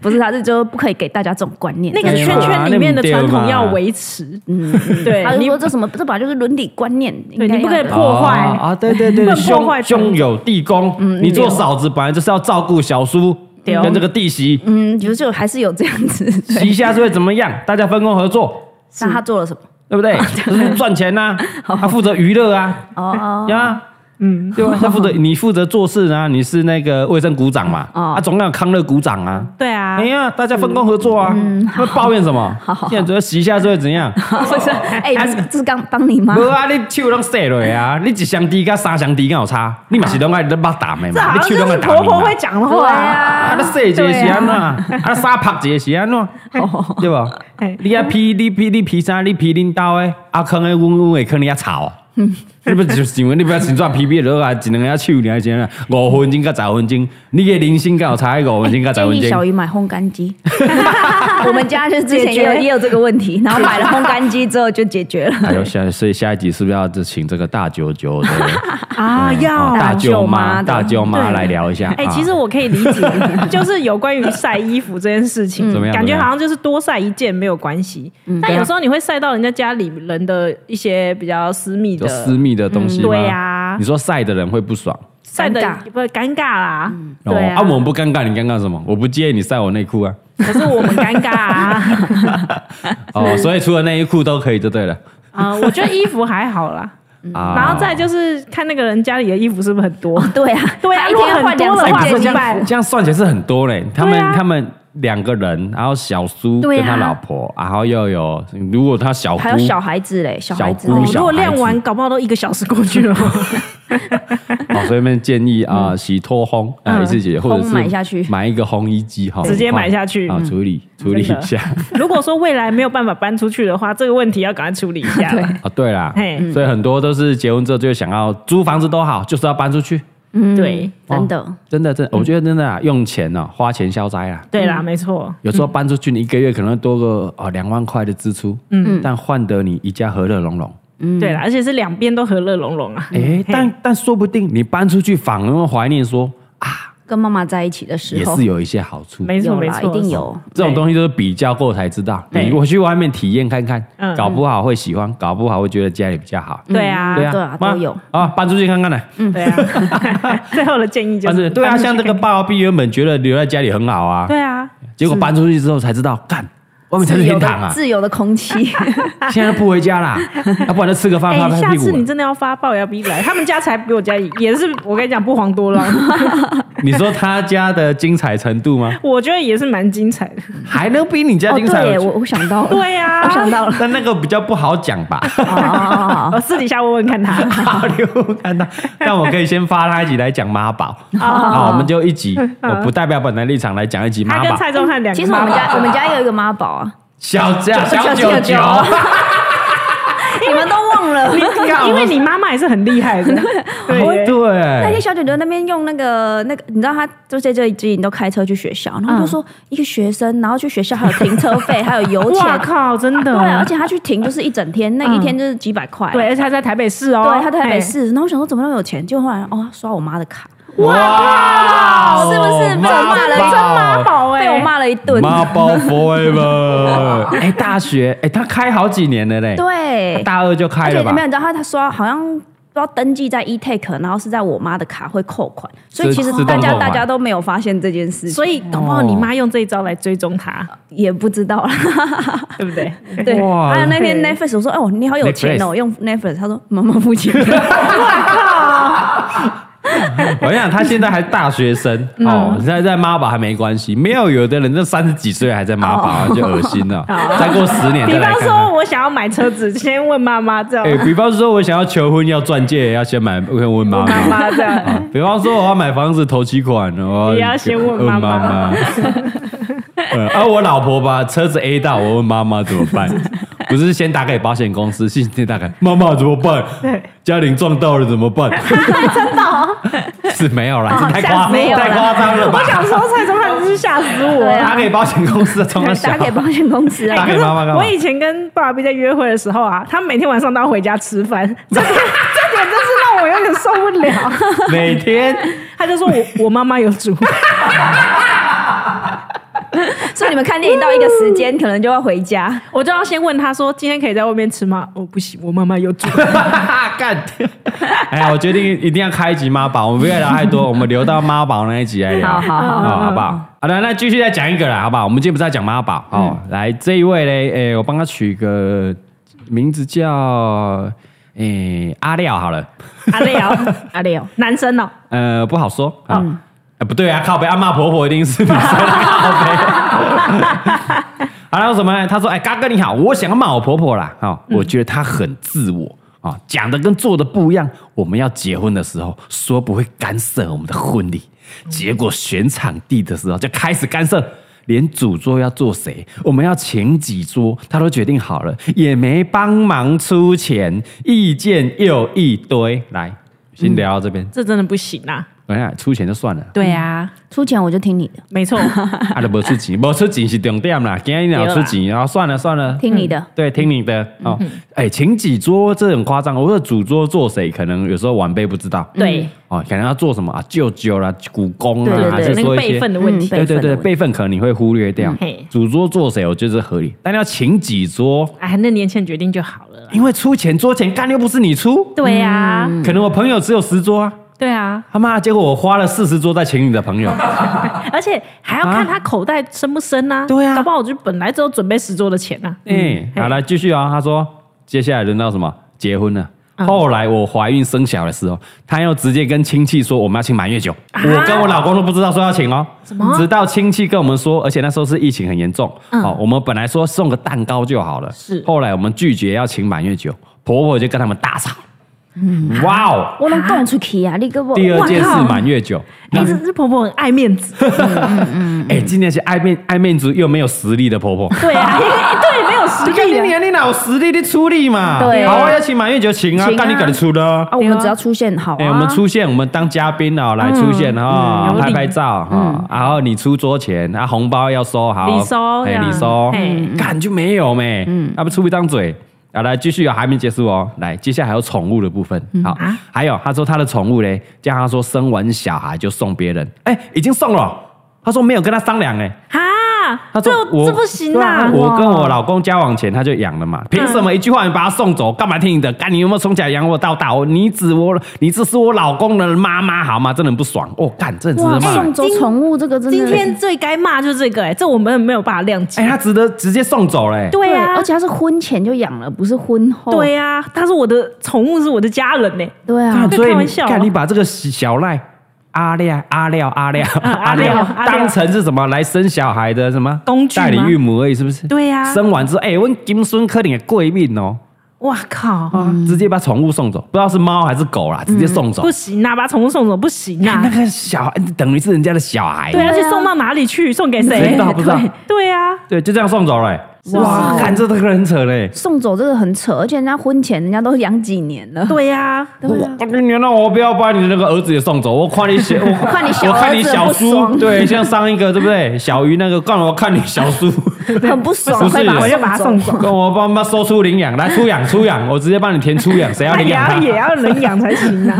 S2: 不是，他是就不可以给大家这种观念。
S3: 那个
S1: 啊对嘛
S3: 圈圈里面的传统要维持，
S2: 嗯，
S3: 对
S2: 他就
S3: 你
S2: 说这什么，这本来就是伦理观念，
S3: 对
S2: 应该
S3: 你不
S2: 要
S3: 可以
S2: 有
S3: 破坏
S1: 哦啊！对对对，
S3: 不能破
S1: 兄
S3: 坏传统
S1: 兄友弟恭，你做嫂子本来就是要照顾小叔
S3: 对哦
S1: 跟这个弟媳，
S2: 嗯，就就还是有这样子。
S1: 媳下是会怎么样？大家分工合作，
S2: 那他做了什么？
S1: 对不对？就是赚钱呐，他负责娱乐啊，
S2: 哦
S1: 呀。
S3: 嗯，
S1: 对吧？他负责你负责做事啊，你是那个卫生股长嘛，
S2: 哦
S1: 啊，总要有康乐股长啊。
S3: 对啊
S1: 哎， 呀，大家分工合作啊，那抱怨什么？现在主要洗一下是会怎样？
S2: 哦，不是，哎，不是这是刚帮你吗
S1: 无？啊，你手拢洗落啊，你一箱猪甲三箱猪敢有差？你嘛是拢爱咧捌打的
S3: 这
S1: 嘛，
S3: 好
S1: 你手
S3: 像就
S1: 拢爱
S3: 是
S1: 打
S3: 婆
S1: 的嘛
S3: 婆会讲的
S2: 对
S3: 话啊。
S2: 啊
S1: 啊，你洗一个是安怎？啊，三拍一个是安怎？
S2: 哦
S1: 对无？
S3: 哎
S1: 你啊批你批你批啥？你批恁兜的，啊，坑的阮阮会坑你啊吵。你不就是想你不要先抓批批落啊，一两个手尔先啊，五分钟到十分钟，你的人生敢有差五分钟到十
S2: 建
S1: 分
S2: 议
S1: 钟
S2: 小？鱼买烘干机。我们家就是之前也有也有这个问题，然后买了烘干机之后就解决了。
S1: 还有下，所以下一集是不是要请这个大舅舅的
S3: 啊，要
S1: 大舅
S2: 嗯大舅妈
S1: 妈、
S2: 的
S1: 大舅妈
S3: 对
S1: 来聊一下？
S3: 哎、
S1: 啊
S3: 其实我可以理解，就是有关于晒衣服这件事
S1: 嗯
S3: 情，
S1: 怎么样
S3: 感
S1: 怎
S3: 觉
S1: 么样
S3: 好像就是多晒一件没有关系，
S2: 嗯
S3: 但
S2: 啊
S3: 有时候你会晒到人家家里人的一些比较私密
S1: 就
S3: 的，
S1: 私密的东西吗？
S3: 嗯对啊
S1: 你说晒的人会不爽。
S3: 晒的
S2: 尴尬嗯
S3: 不尴尬啦，
S1: 哦
S3: 对啊，
S1: 啊，我们不尴尬，你尴尬什么？我不介意你晒我内裤啊。
S3: 可是我们尴尬啊，
S1: 哦，所以除了内衣裤都可以就对了。
S3: 啊、我觉得衣服还好啦，
S1: 啊
S3: 然后再就是看那个人家里的衣服是不是很多，
S2: 对啊，
S3: 对啊
S2: 他一天要换两
S3: 如
S1: 哎，
S3: 果
S1: 不是
S2: 三
S3: 很多
S1: 这
S2: 件
S3: 的话
S1: 样，这样算起来是很多嘞。他们
S3: 对啊
S1: 他们两个人，然后小叔
S2: 对啊
S1: 跟他老婆，然后又有如果他小姑
S2: 还有小孩子嘞，小孩子
S1: 小姑
S3: 哦
S2: 嘞
S1: 小
S3: 如果晾完，搞不好都一个小时过去了。
S1: 哦，所以们建议啊，洗脱烘啊，
S3: 嗯
S1: 一次解决，或者是
S2: 烘买下去
S1: 买一个烘衣机哈，
S3: 直接买下去
S1: 啊，处理处理一下。
S3: 如果说未来没有办法搬出去的话，这个问题要赶快处理一 下。对
S1: 哦，对啦
S3: 嘿，
S1: 所以很多都是结婚之后就想要租房子都好，就是要搬出去。
S3: 对
S2: 真的
S1: 真的，真的，我觉得真的啊，用钱呢、花钱消灾啦。
S3: 对啦，没错。
S1: 有时候搬出去，你一个月可能会多个哦两万块的支出，嗯，但换得你一家和乐融融。
S3: 对啦，而且是两边都和乐融融啊。
S1: 哎，但但说不定你搬出去反而会怀念说，
S2: 跟妈妈在一起的
S1: 也
S2: 时候
S1: 是嗯有一些好处。
S3: 没错
S2: 有
S3: 没
S2: 啦，
S3: 错，
S2: 一定。有。
S1: 这种东西都是比较过才知道，
S3: 对
S1: 你我去外面体验看看，
S3: 嗯
S1: 搞不好会喜欢，搞不好会觉得家里比较好。
S3: 对啊，
S1: 对啊，
S2: 对啊
S1: 妈
S2: 都有
S1: 啊，搬出去看看呢。
S3: 对啊。最后的建议就
S1: 搬出去
S3: 是，
S1: 对啊，像这个爸爸 B 原本觉得留在家里很好啊，
S3: 对啊，
S1: 结果搬出去之后才知道，干外面才是
S2: 自由
S1: 天堂
S2: 的
S1: 啊。
S2: 自由的空气，
S1: 现在不回家啦，要不然就吃个饭
S3: 哎
S1: 拍，拍
S3: 下
S1: 屁股
S3: 次
S1: 啊。
S3: 你真的要发报要逼来，他们家才比我家也是，我跟你讲不遑多让，
S1: 你说他家的精彩程度 吗？
S3: 我觉得也是蛮精彩的。
S1: 还能比你家
S2: 哦，
S1: 精彩？
S2: 对耶，我我想到了，
S3: 对啊呀
S2: 哦我 想到了，
S1: 但那个比较不好讲吧，
S2: 哦，
S3: 我私底下问问看他。
S1: 好留看到。但我可以先发他一起来讲妈宝，
S2: 哦
S1: 好，我们就一集，
S2: 嗯
S1: 我不代表本台立场来讲一集
S3: 他
S1: 妈
S3: 跟
S1: 宝。
S3: 蔡宗翰两个
S2: 其实我
S3: 妈
S2: 们
S3: 妈，
S2: 家我们家也有一个妈宝啊，
S1: 小家小九
S2: 小九
S1: 九
S2: 九，你们都忘了。
S3: 因为你妈妈也是很厉 害的，对，
S2: 那天
S1: 对，
S2: 小姐姐那边用那个那个，你知道她就在这里自己都开车去学校，然后就说一个学生，然后去学校还有停车费，还有油钱，
S3: 哇靠，真的，
S2: 对，而且他去停就是一整天，那一
S3: 嗯
S2: 天就是几百块，
S3: 对，而且他在台北市哦，
S2: 对，他在台北
S3: 嘿，
S2: 市，然后我想说怎么那么有钱，结果后来哦，他刷我妈的卡，
S1: 哇
S2: 是不是被我骂了
S1: 妈
S2: 一
S1: 宝
S2: 顿
S3: 真妈宝哎，
S2: 被我骂了一顿。
S1: 妈宝 forever。哎，大学哎，他开好几年了嘞，
S2: 对，
S1: 大二就开
S2: 而且
S1: 了吧
S2: 没有，？你知道他他刷好像不知道登记在 eTake，然后是在我妈的卡会扣款，所以
S1: 自
S2: 其实
S1: 自动
S2: 大家
S1: 扣款
S2: 大家都没有发现这件事情，
S3: 所以
S1: 哦
S3: 搞不好你妈用这一招来追踪他，
S2: 也不知道啦。
S3: 对 不对？
S2: 对，
S1: 哇
S2: 还有那天
S3: 对
S2: Netflix 我说哦你好有钱哦，
S1: Netflix
S2: 用 Netflix，他说妈妈付 钱，
S1: 我想他现在还大学生
S2: 嗯
S1: 哦，现在在妈宝还没关系，没有有的人这三十几岁还在妈
S2: 哦
S1: 宝，就恶心了。再过十年
S3: 比
S1: 再来
S3: 方
S1: 看
S3: 说，
S1: 看。
S3: 我想要买车子，先问妈妈这样，
S1: 哎，比方说，我想要求婚要钻戒，要先买问问妈
S3: 妈
S1: 妈。
S3: 妈这样。
S1: 啊比方说，我要买房子头期款，我
S3: 也要先问
S1: 妈
S3: 妈妈
S1: 妈。呃啊，我老婆把车子 A 到，我问妈妈怎么办？ 不是先打给保险公司，先打给妈妈怎么办？
S3: 对，
S1: 嘉玲撞到了怎么办？
S3: 真的哦、
S1: 是没有啦，
S2: 哦
S1: 这太夸
S2: 吓死我了
S1: 太夸张了吧
S3: 我？想说蔡宗翰真是吓死我
S2: 对
S3: 了。
S2: 啊
S1: 打给保险公司，冲他笑
S2: 打。给保险公司
S1: 打
S2: 啊
S1: 给，哎妈妈干嘛
S3: 我以前跟爸比在约会的时候啊，他每天晚上都要回家吃饭，这点这点真是让我有点受不了。
S1: 每天
S3: 他就说我我妈妈有煮，
S2: 所以你们看电影到一个时间，可能就要回家。
S3: 我就要先问他说今天可以在外面吃吗？哦不行，我妈妈有煮。
S1: 干。哎呀，我决定一定要开一集妈宝，我们不要聊太多，我们留到妈宝那一集来聊。
S2: 好好好
S1: 哦好不好？好的，那继续再讲一个啦，好不好？我们今天不是要讲妈宝
S2: 嗯
S1: 哦，来这一位嘞，诶、我帮他取一个名字叫诶、阿廖好了，
S3: 阿廖阿廖，男生哦，
S1: 呃，不好说啊。呃不对啊，靠背阿骂婆婆一定是女生，靠背。 好然后什么呢？他说：“哎，嘎哥你好，我想要骂我婆婆啦。哦，我觉得她很自我啊、哦，讲的跟做的不一样。我们要结婚的时候说不会干涉我们的婚礼，结果选场地的时候就开始干涉。”连主桌要做谁，我们要请几桌，他都决定好了，也没帮忙出钱，意见又一堆。来，先聊到这边，
S3: 这真的不行啊。
S1: 等一下哎出钱就算了，
S3: 对啊，
S2: 出钱我就听你的，
S3: 没错，
S1: 啊，都没出钱，没出钱是重点啦。今天你要出钱，然后算了算了，嗯
S2: 听你的。
S1: 对，听你的哦。
S3: 嗯
S1: 哎，请几桌这很夸张，我说主桌坐谁，可能有时候晚辈不知道。
S3: 对
S1: 哦，可能要做什么啊，舅舅啦、古公
S2: 对
S1: 啦，
S2: 对
S1: 还
S2: 对
S1: 是
S3: 那
S1: 说
S3: 个
S1: 一
S3: 辈
S1: 些
S3: 分的问题。
S1: 对
S2: 嗯
S1: 对对，辈分可能你会忽略掉
S3: 嗯嘿。
S1: 主桌坐谁，我觉得是合理，但要请几桌，
S3: 哎，那年前决定就好了啦。
S1: 因为出钱桌钱干又不是你出，
S3: 对啊，
S1: 可能我朋友只有十桌啊，
S3: 对啊，
S1: 他妈，结果我花了四十桌在请你的朋友。
S3: 而且还要看他口袋深不深呐、啊。
S1: 啊对啊
S3: 搞不好我就本来只有准备十桌的钱呐、啊。
S1: 嗯，好了，继续啊、他说，接下来轮到什么？结婚了。
S3: 哦
S1: 后来我怀孕生小的时候，他又直接跟亲戚说我们要请满月酒，我跟我老公都不知道说要请哦。
S3: 啊么嗯
S1: 直到亲戚跟我们说，而且那时候是疫情很严重，哦，我们本来说送个蛋糕就好了，
S3: 是
S1: 后来我们拒绝要请满月酒，婆婆就跟他们大吵。哇哦！
S2: 我能跟出去啊，你跟我
S1: 第二件事
S3: 嗯哇靠
S1: 满月酒，
S3: 哎、这这婆婆很爱面 子。嗯
S1: 哎，今天是爱面爱面子又没有实力的婆婆。
S3: 对啊，对，没有实
S1: 你看你
S3: 力的。
S1: 年你哪有实力，你出力嘛？
S2: 对啊
S1: 好啊，要请满月酒请啊，
S2: 请啊
S1: 干你敢出的啊。
S2: 啊，我们只要出现好
S1: 哎、
S2: 啊，
S1: 我们出现，我们当嘉宾哦，来出现哈、
S3: 嗯有
S1: 拍
S3: 礼
S1: 拍照哈、然后你出桌钱，啊，红包要收好，
S3: 礼收
S1: 哎、
S3: 这样
S1: 你收
S3: 嘿，
S1: 干就没有没，嗯，要不出一张嘴。好，来继续啊，还没结束哦。来，接下来还有宠物的部分。好，还有他说他的宠物嘞，叫他说生完小孩就送别人，哎、已经送了。他说没有跟他商量哎、
S3: 哈，
S1: 他
S3: 这
S1: 说我
S3: 这不行
S1: 对
S3: 啊！嗯
S1: 我跟我老公交往前他就养了嘛，凭什么一句话你把他送走？干嘛听你的？干你有没有从小养我到大？我你指我，你这是我老公的妈妈好吗？真的很不爽哦，干，这很值得
S2: 哇，
S1: 骂。
S2: 送走宠物这个真的，
S3: 今天最该骂就是这个、哎，这我们没有办法谅解。
S1: 哎、他值得直接送走欸嘞、
S3: 对
S2: 对，
S3: 啊，
S2: 而且他是婚前就养了，不是婚
S1: 哦
S2: 后。
S3: 对啊，他是我的宠物，是我的家人呢、
S1: 嗯
S2: 对啊
S1: 干，
S3: 在
S1: 所以
S3: 开
S1: 你
S3: 玩笑啊
S1: 干，你把这个小赖阿廖阿廖 阿廖
S3: 阿廖啊阿廖
S1: 当成是什么来生小孩的什么
S3: 工具吗
S1: 代理孕母而已，是不是？
S3: 对啊
S1: 生完之后，哎、我金孙科林的贵命哦。
S3: 哇靠，
S1: 啊！直接把宠物送走，不知道是猫还是狗啦，直接送走
S3: 不。行啊，把宠物送走不行
S1: 看
S3: 啊
S1: 哎那。个小孩，等于是人家的小孩，
S3: 对啊，
S2: 对
S3: 去
S2: 啊
S3: 送到哪里去？送给
S1: 谁
S3: 谁
S1: 知？道不知道？
S3: 对啊，
S1: 对，就这样送走了、欸。
S2: 不是
S1: 哇，看这个很扯嘞、
S2: 送走这个很扯，而且人家婚前人家都养几年了，
S3: 对呀，
S1: 我
S2: 啊
S1: 我跟你讲，那我不要把你的那个儿子也送走，我看你小，我
S2: 我看你小
S1: 我看你
S2: 儿子
S1: 小
S2: 不
S1: 叔，
S2: 爽
S1: 对，像上一个对不对？小鱼那个，干我看你小叔，
S2: 啊很不爽，
S1: 不是
S2: 快
S1: 我
S3: 就
S2: 把
S3: 把他
S2: 他送
S3: 送走
S2: 走。
S1: 跟我帮妈收出领养，来出养出养，我直接帮你填出养，谁要
S3: 那
S1: 领
S3: 也
S1: 养
S3: 要
S1: 他？
S3: 哎也要人养才 行啊！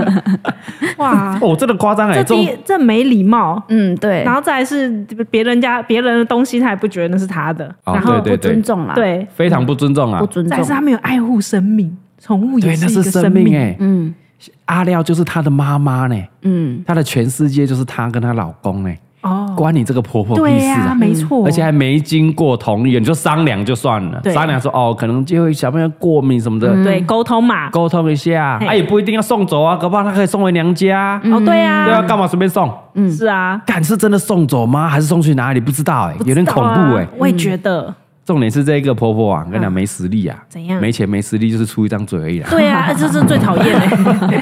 S3: 哇，
S1: 哦，真的夸张哎，
S3: 这
S1: 这
S3: 第
S1: 种
S3: 一这没礼貌，
S2: 嗯，对
S3: 然，后再来是别人家别人的东西，他也不觉得那是他的，
S1: 哦
S3: 然后
S1: 对
S2: 不尊重啦，，
S3: 对，
S1: 非常不尊重啊
S2: 不！尊
S3: 再
S2: 重
S3: 来是。他没有爱护生命，宠物也
S1: 对，那
S3: 一
S1: 是
S3: 个
S1: 生
S3: 生
S1: 命哎、
S2: 嗯
S1: 阿廖就是他的妈妈呢，
S2: 嗯，
S1: 他的全世界就是她跟她老公呢，
S3: 哦，
S1: 关你这个婆婆屁
S3: 对
S1: 事
S3: 呀，
S1: 啊！
S3: 没错，
S1: 而且还没经过同意，你就商量就算了，
S3: 对
S1: 商量说哦，可能就会小朋友过敏什么的，
S3: 对沟通嘛，
S1: 沟通一下，
S3: 嘿
S1: 啊也不一定要送走啊，搞不好他可以送回娘家，
S3: 哦对
S1: 对啊，
S3: 啊，
S1: 干嘛随便送？
S3: 是啊，
S1: 敢是真的送走吗？还是送去哪里？不知道哎，有点恐怖哎
S3: 哎，。我也觉得，
S1: 重点是这个婆婆啊，跟你讲没实力啊，
S3: 嗯怎样
S1: 没钱没实力就是出一张嘴而 已啦。
S3: 对啊，这是最讨厌的。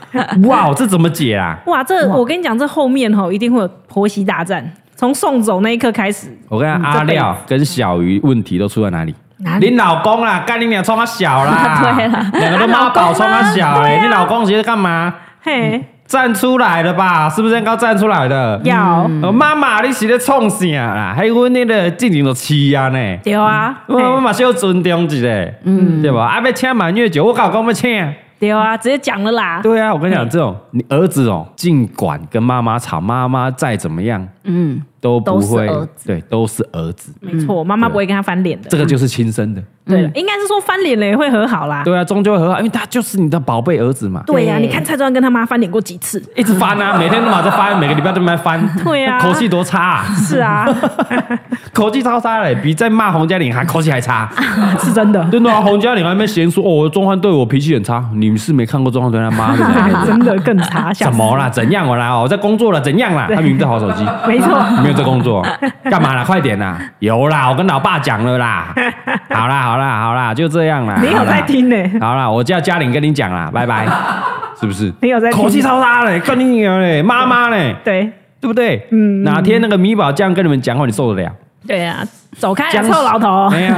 S1: 哇，这怎么解啊？
S3: 哇，这我跟你讲，这后面吼一定会有婆媳大战，从送走那一刻开始，
S1: 我跟你讲，
S3: 嗯
S1: 阿
S3: 这辈子
S1: 廖跟小鱼问题都出在哪里？
S3: 哪里
S1: 你老公啦，干你俩冲他小啦，
S2: 对啦
S1: 两个都妈宝冲他小欸嘞，你老公其实干嘛？
S3: 嘿，
S1: 站出来了吧？是不是应该站出来的？
S3: 要
S1: 哦妈妈，你是咧创啥啦？还阮那个进行都饲啊呢？
S3: 对啊，
S1: 我我
S3: 嘿
S1: 嘛是要尊重一下，嗯，对吧？啊，要请满月酒，我搞讲要请。
S3: 对啊，直接讲了啦，
S1: 对啊，我跟你讲，这种你儿子哦，尽管跟妈妈吵，妈妈再怎么样
S2: 嗯，
S1: 都不会
S2: 都是儿，
S1: 对，都是儿子，
S3: 没错，妈妈不会跟他翻脸的，
S1: 这个就是亲生的。
S3: 对了，应该是说翻脸了也会和好啦。
S1: 对啊，终究会和好，因为他就是你的宝贝儿子嘛，
S3: 对呀，啊
S2: 对
S3: 你看蔡庄跟他妈翻脸过几次？
S1: 一直翻 啊，每天都嘛在翻，每个礼拜都在翻。
S3: 对啊
S1: 口气多差啊，
S3: 是 啊，
S1: 口气超差嘞，比在骂洪嘉玲还口气还 差。
S3: 是真 的，
S1: 真的啊，洪嘉玲还没嫌说哦，钟汉对我脾气很差，你们是没看过钟汉对他 妈的男人。
S3: 真的更 差，吓
S1: 怎
S3: 死
S1: 么？啦？怎样我啦？哦我在工作了，怎样 啦？他明明在划手机，
S3: 没错，
S1: 没有在工 作，干嘛啦？快点啦！有啦，我跟老爸讲了啦。好啦，好啦，好啦，就这样啦。
S3: 你有
S1: 好啦
S3: 在听 呢
S1: 好啦，我叫嘉玲跟你讲啦，拜拜，是不是？
S3: 你有在听
S1: 口气超差嘞，跟你女儿 嘞，妈妈嘞，
S3: 对
S1: 对不对？
S3: 嗯
S1: 哪天那个米宝这样跟你们讲话，你受得了？
S3: 对啊，走开啊，
S1: 僵尸
S3: 臭老
S2: 哦
S3: 头，
S1: 哎 呀，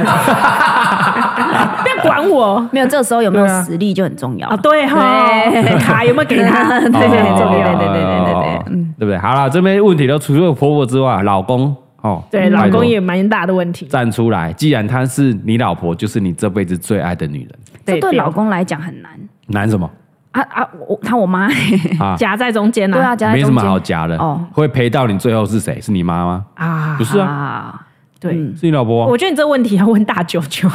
S3: 不要管我
S2: 没有，这个时候有没有
S1: 对啊
S2: 实力就很重要
S3: 啊！对哈
S2: 对，
S3: 卡有没有给他？哦
S2: 对
S3: 这很重
S2: 对
S3: 要。
S2: 对对对对对
S1: 嗯，对不对？好了，这边问题都除了婆婆之外，老公哦，拜
S3: 对，老
S1: 托
S3: 公也蛮大的问题，
S1: 站出来，既然她是你老婆，就是你这辈子最爱的女人，
S2: 这对老
S3: 公
S2: 公来讲很难
S1: 难什么
S2: 啊啊！我他我妈， 对
S1: 啊？
S3: 夹在中间
S2: 啊，
S3: 啊，
S2: 夹在
S1: 没什
S2: 中
S1: 么
S2: 间
S1: 好夹的
S2: 哦，
S1: 会陪到你最后是谁？是你妈吗？
S3: 啊
S1: 不，是啊，
S2: 啊，
S3: 对，
S1: 是你老婆
S3: 我
S1: 啊。
S3: 觉得你这问题要问大舅舅，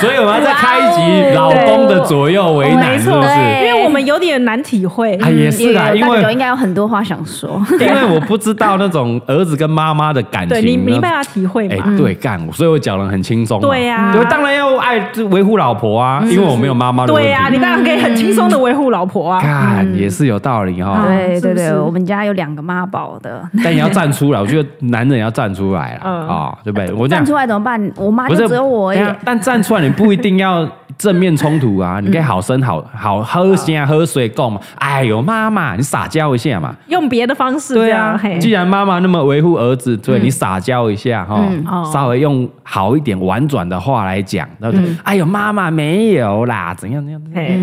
S1: 所以我们要再开一集
S2: 哇
S1: 老
S2: 哦
S1: 公的左右为难，
S3: 没
S1: 是
S3: 错
S1: 不
S3: 因
S1: 是？
S2: 对
S3: 为我们有点难体会。嗯
S1: 哎，也是啦，
S2: 有有
S1: 因
S2: 大舅
S1: 为
S2: 应该有很多话想 说，
S1: 因为我不知道那种儿子跟妈妈的感
S3: 对你
S1: 情，
S3: 没办法体会
S1: 哎
S3: 嘛？，
S1: 对，干，所以我讲的很轻松嘛。
S3: 对啊
S1: 对，当然要爱就维护老婆啊，因为我没有妈妈的问
S3: 对呀，你
S1: 题。嗯
S3: 当然可以很轻松的维护老婆啊。
S1: 干也是有道理哈，
S2: 对
S3: 是
S2: 对
S3: 不
S2: 对，
S3: 是
S2: 我们家有两个妈宝的，
S1: 但你要站出来，我觉得男人要站出来啦，
S3: 嗯
S1: 啊，对不对？我这
S2: 站
S1: 样
S2: 出来怎么办？我妈
S1: 不是
S2: 就只有我而已
S1: 等一下 但站出来你不一定要正面冲突啊，你可以好声好好喝心啊，喝水够嘛。哎呦，妈妈，你撒娇一下嘛。
S3: 用别的方式这
S1: 对
S3: 样，嗯
S1: 啊
S3: 嘿，
S1: 既然妈妈那么维护儿子，对你撒娇一下哈
S2: 嗯
S3: 哦，
S1: 稍微用好一点婉转的话来讲，对不
S3: 嗯
S1: 对？哎呦，妈妈没有啦，怎样怎样？怎样
S3: 嘿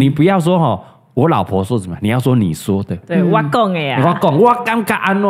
S1: 你不要说哈，我老婆说什么，你要说你说的。
S3: 对，啊哦我讲的
S1: 我
S3: 呀，
S1: 讲，我感觉安怎？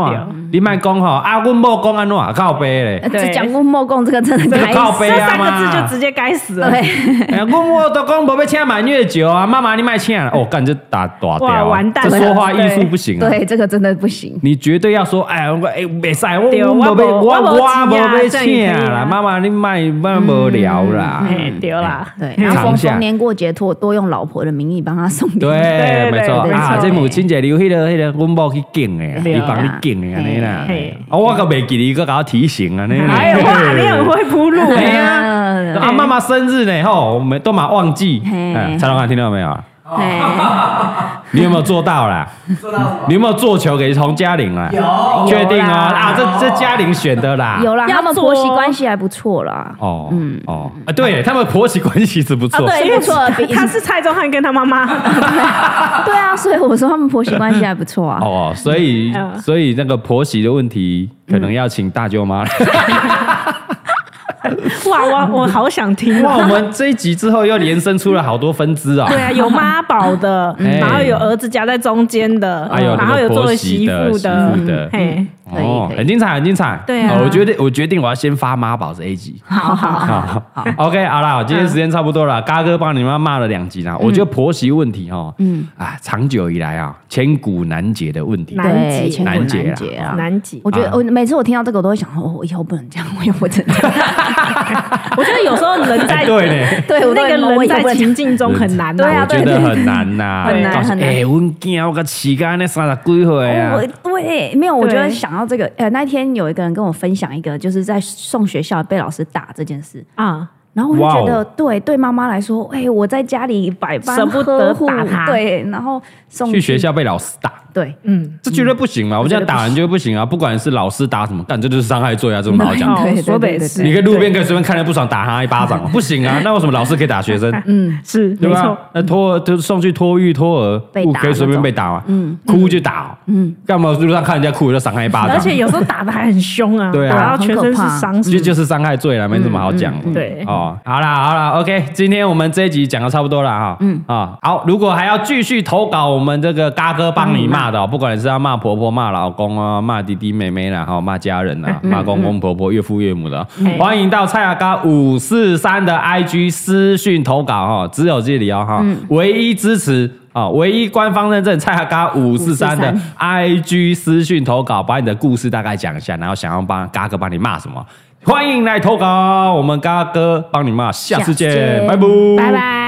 S1: 你莫讲吼，啊，阮某讲安怎，靠背
S2: 呃
S1: 咧。
S3: 对
S2: 只讲过莫共这个真的该
S1: 靠
S2: 死，
S1: 背
S3: 这
S1: 啊
S3: 三个字
S1: 嘛
S3: 就直接该死了。
S2: 对，
S1: 哎呀，阮某都讲无要请满月酒啊，妈妈你莫请了。哦，干这打大掉
S3: 哇
S1: 啊，
S3: 完蛋
S1: 这
S3: 了
S1: 说话艺术不行啊。
S2: 对，这个真的不行。
S1: 你绝对要说，哎，我哎，袂使，
S3: 对
S1: 我
S3: 我
S1: 无被，
S3: 没
S1: 我
S3: 我没
S1: 我
S3: 钱啊
S1: 无被
S3: 这样也
S1: 请
S3: 可以
S1: 啦，
S3: 啊
S1: 妈妈你莫莫无聊啦。
S3: 哎，对啦，
S2: 对，然后
S1: 藏
S2: 逢
S1: 下
S2: 逢年过节多多用老婆的名义帮她送礼，
S1: 对，
S3: 对
S1: 没错
S3: 对
S1: 啊，
S2: 没错
S1: 这母亲节留迄个迄个，阮某去敬的，
S3: 对
S1: 伊
S3: 啊
S1: 帮你敬的安尼啦
S3: 嘿。
S1: 啊，我可袂记你，佮我提醒安尼啦。
S3: 哎哇，你很会铺路
S1: 哎
S3: 哎。
S1: 呀，啊，妈妈生日呢，吼，我们都马忘记。
S2: 嘿
S1: 嗯，蔡老板听到没有啊？
S2: 哎，
S1: 你有没有做到啦？
S4: 做到什么？
S1: 你有没有做球给洪嘉玲啊？
S4: 有
S1: 确定哦，啊，这这嘉玲选的啦。
S2: 有啦，
S3: 要
S2: 他们
S3: 做哦
S2: 婆媳关系还不错啦，
S1: 啊哦，嗯哦，啊，对他们婆媳关系是不错。
S2: 对
S3: 因为
S2: 不错
S3: 他
S2: 比
S3: 他是蔡宗翰跟他妈妈，
S2: 对啊，所以我说他们婆媳关系还不错啊，
S1: 哦，所以
S3: 嗯
S1: 所以那个婆媳的问题，可能要请大舅妈。
S3: 哇，我我好想听
S1: 哇，
S3: 哦。
S1: 我们这一集之后又延伸出了好多分支啊。
S3: 对啊，有妈宝 的，
S1: 哎
S3: 然后有儿子夹在中间的，
S1: 还哎有那个
S3: 然嗯后有做媳妇嗯
S1: 婆媳的媳妇的
S3: 嘿，
S2: 可 以
S1: 哦
S2: 可，以
S1: 很精彩，很精彩。
S3: 对啊
S1: 哦我决定，我决定我要先发妈宝这一集。
S2: 好好好，
S3: 啊
S1: 好，OK，好啦，今天时间差不多
S3: 嗯
S1: 了，嘎哥帮你们骂了两集啦。我觉得婆媳问题哈，嗯啊，长久以来啊，千古难解的问题。
S3: 难解
S2: 对，千古
S1: 难解
S2: 难
S1: 啦
S2: 解啊，
S3: 难解。
S2: 我觉
S1: 啊
S2: 得我每次我听到这个，我都会想说，哦我以后不能这样，我以后不能 这样。
S3: 我觉得有时候人在
S1: 哎对 呢，
S2: 对，我都
S3: 那
S2: 会
S3: 个
S2: 我
S3: 人
S2: 以后
S3: 在
S2: 不能这样
S3: 情境中很难啊，
S2: 对啊
S1: 我觉得很难呐，
S2: 很难
S1: 告诉
S2: 很难
S1: 哎，阮囝我个乞丐那三十几岁啊
S2: 哦我，对，没有，我
S3: 对
S2: 觉得想到这个，呃，那天有一个人跟我分享一个，就是在送学校被老师打这件事，
S3: 啊，
S2: 然后我就
S1: 哇哦
S2: 觉得，对，对妈妈来说，哎，我在家里百般
S3: 舍不得
S2: 呵护
S3: 打她
S2: 对，然后送
S1: 去学校被老师打，
S2: 对，
S3: 嗯，
S1: 这绝对不行嘛！我们现在打人就不行啊，不管是老师打什么，干这就是伤害罪
S2: 嗯
S1: 啊，这种好讲。
S3: 哦
S5: 对对
S3: 说的
S5: 对
S3: 也
S5: 对
S3: 是，
S5: 对
S1: 你跟路边可以随便看人不爽打他一巴掌，不行 啊！那为什么老师可以打学生？
S2: 嗯，
S3: 是
S1: 对
S3: 没
S1: 吧
S3: 错，？
S1: 那托就送去托育托儿，
S2: 被
S1: 不
S2: 打
S1: 可以随便被打嘛？嗯，哭就打，嗯，干嘛路上看人家哭就赏他一巴掌？
S3: 而且有时候打的还很凶啊，
S1: 对啊
S3: 然后全身是伤，
S1: 就就是伤嗯害罪了，没什么好讲的。
S3: 对
S1: 哦，好啦好啦，OK，今天我们这一集讲的差不多了哈。嗯啊，好，如果还要继续投稿，我们这个嘎哥帮你骂的哦，不管是要骂婆婆、骂老公啊、骂弟弟妹妹啦，哈，骂家人啦、骂公公婆婆、岳父岳母的哦，欢迎到蔡雅嘎五四三的 IG 私讯投稿哈，只有这里哦哈，唯一支持。啊、唯一官方认证蔡雅嘎五四三的 IG 私讯投稿，把你的故事大概讲一下，然后想要帮嘎哥帮你骂什么，欢迎来投稿，我们嘎哥帮你骂，下次
S2: 下次
S1: 见，
S2: 见
S1: 拜拜，
S3: 拜拜。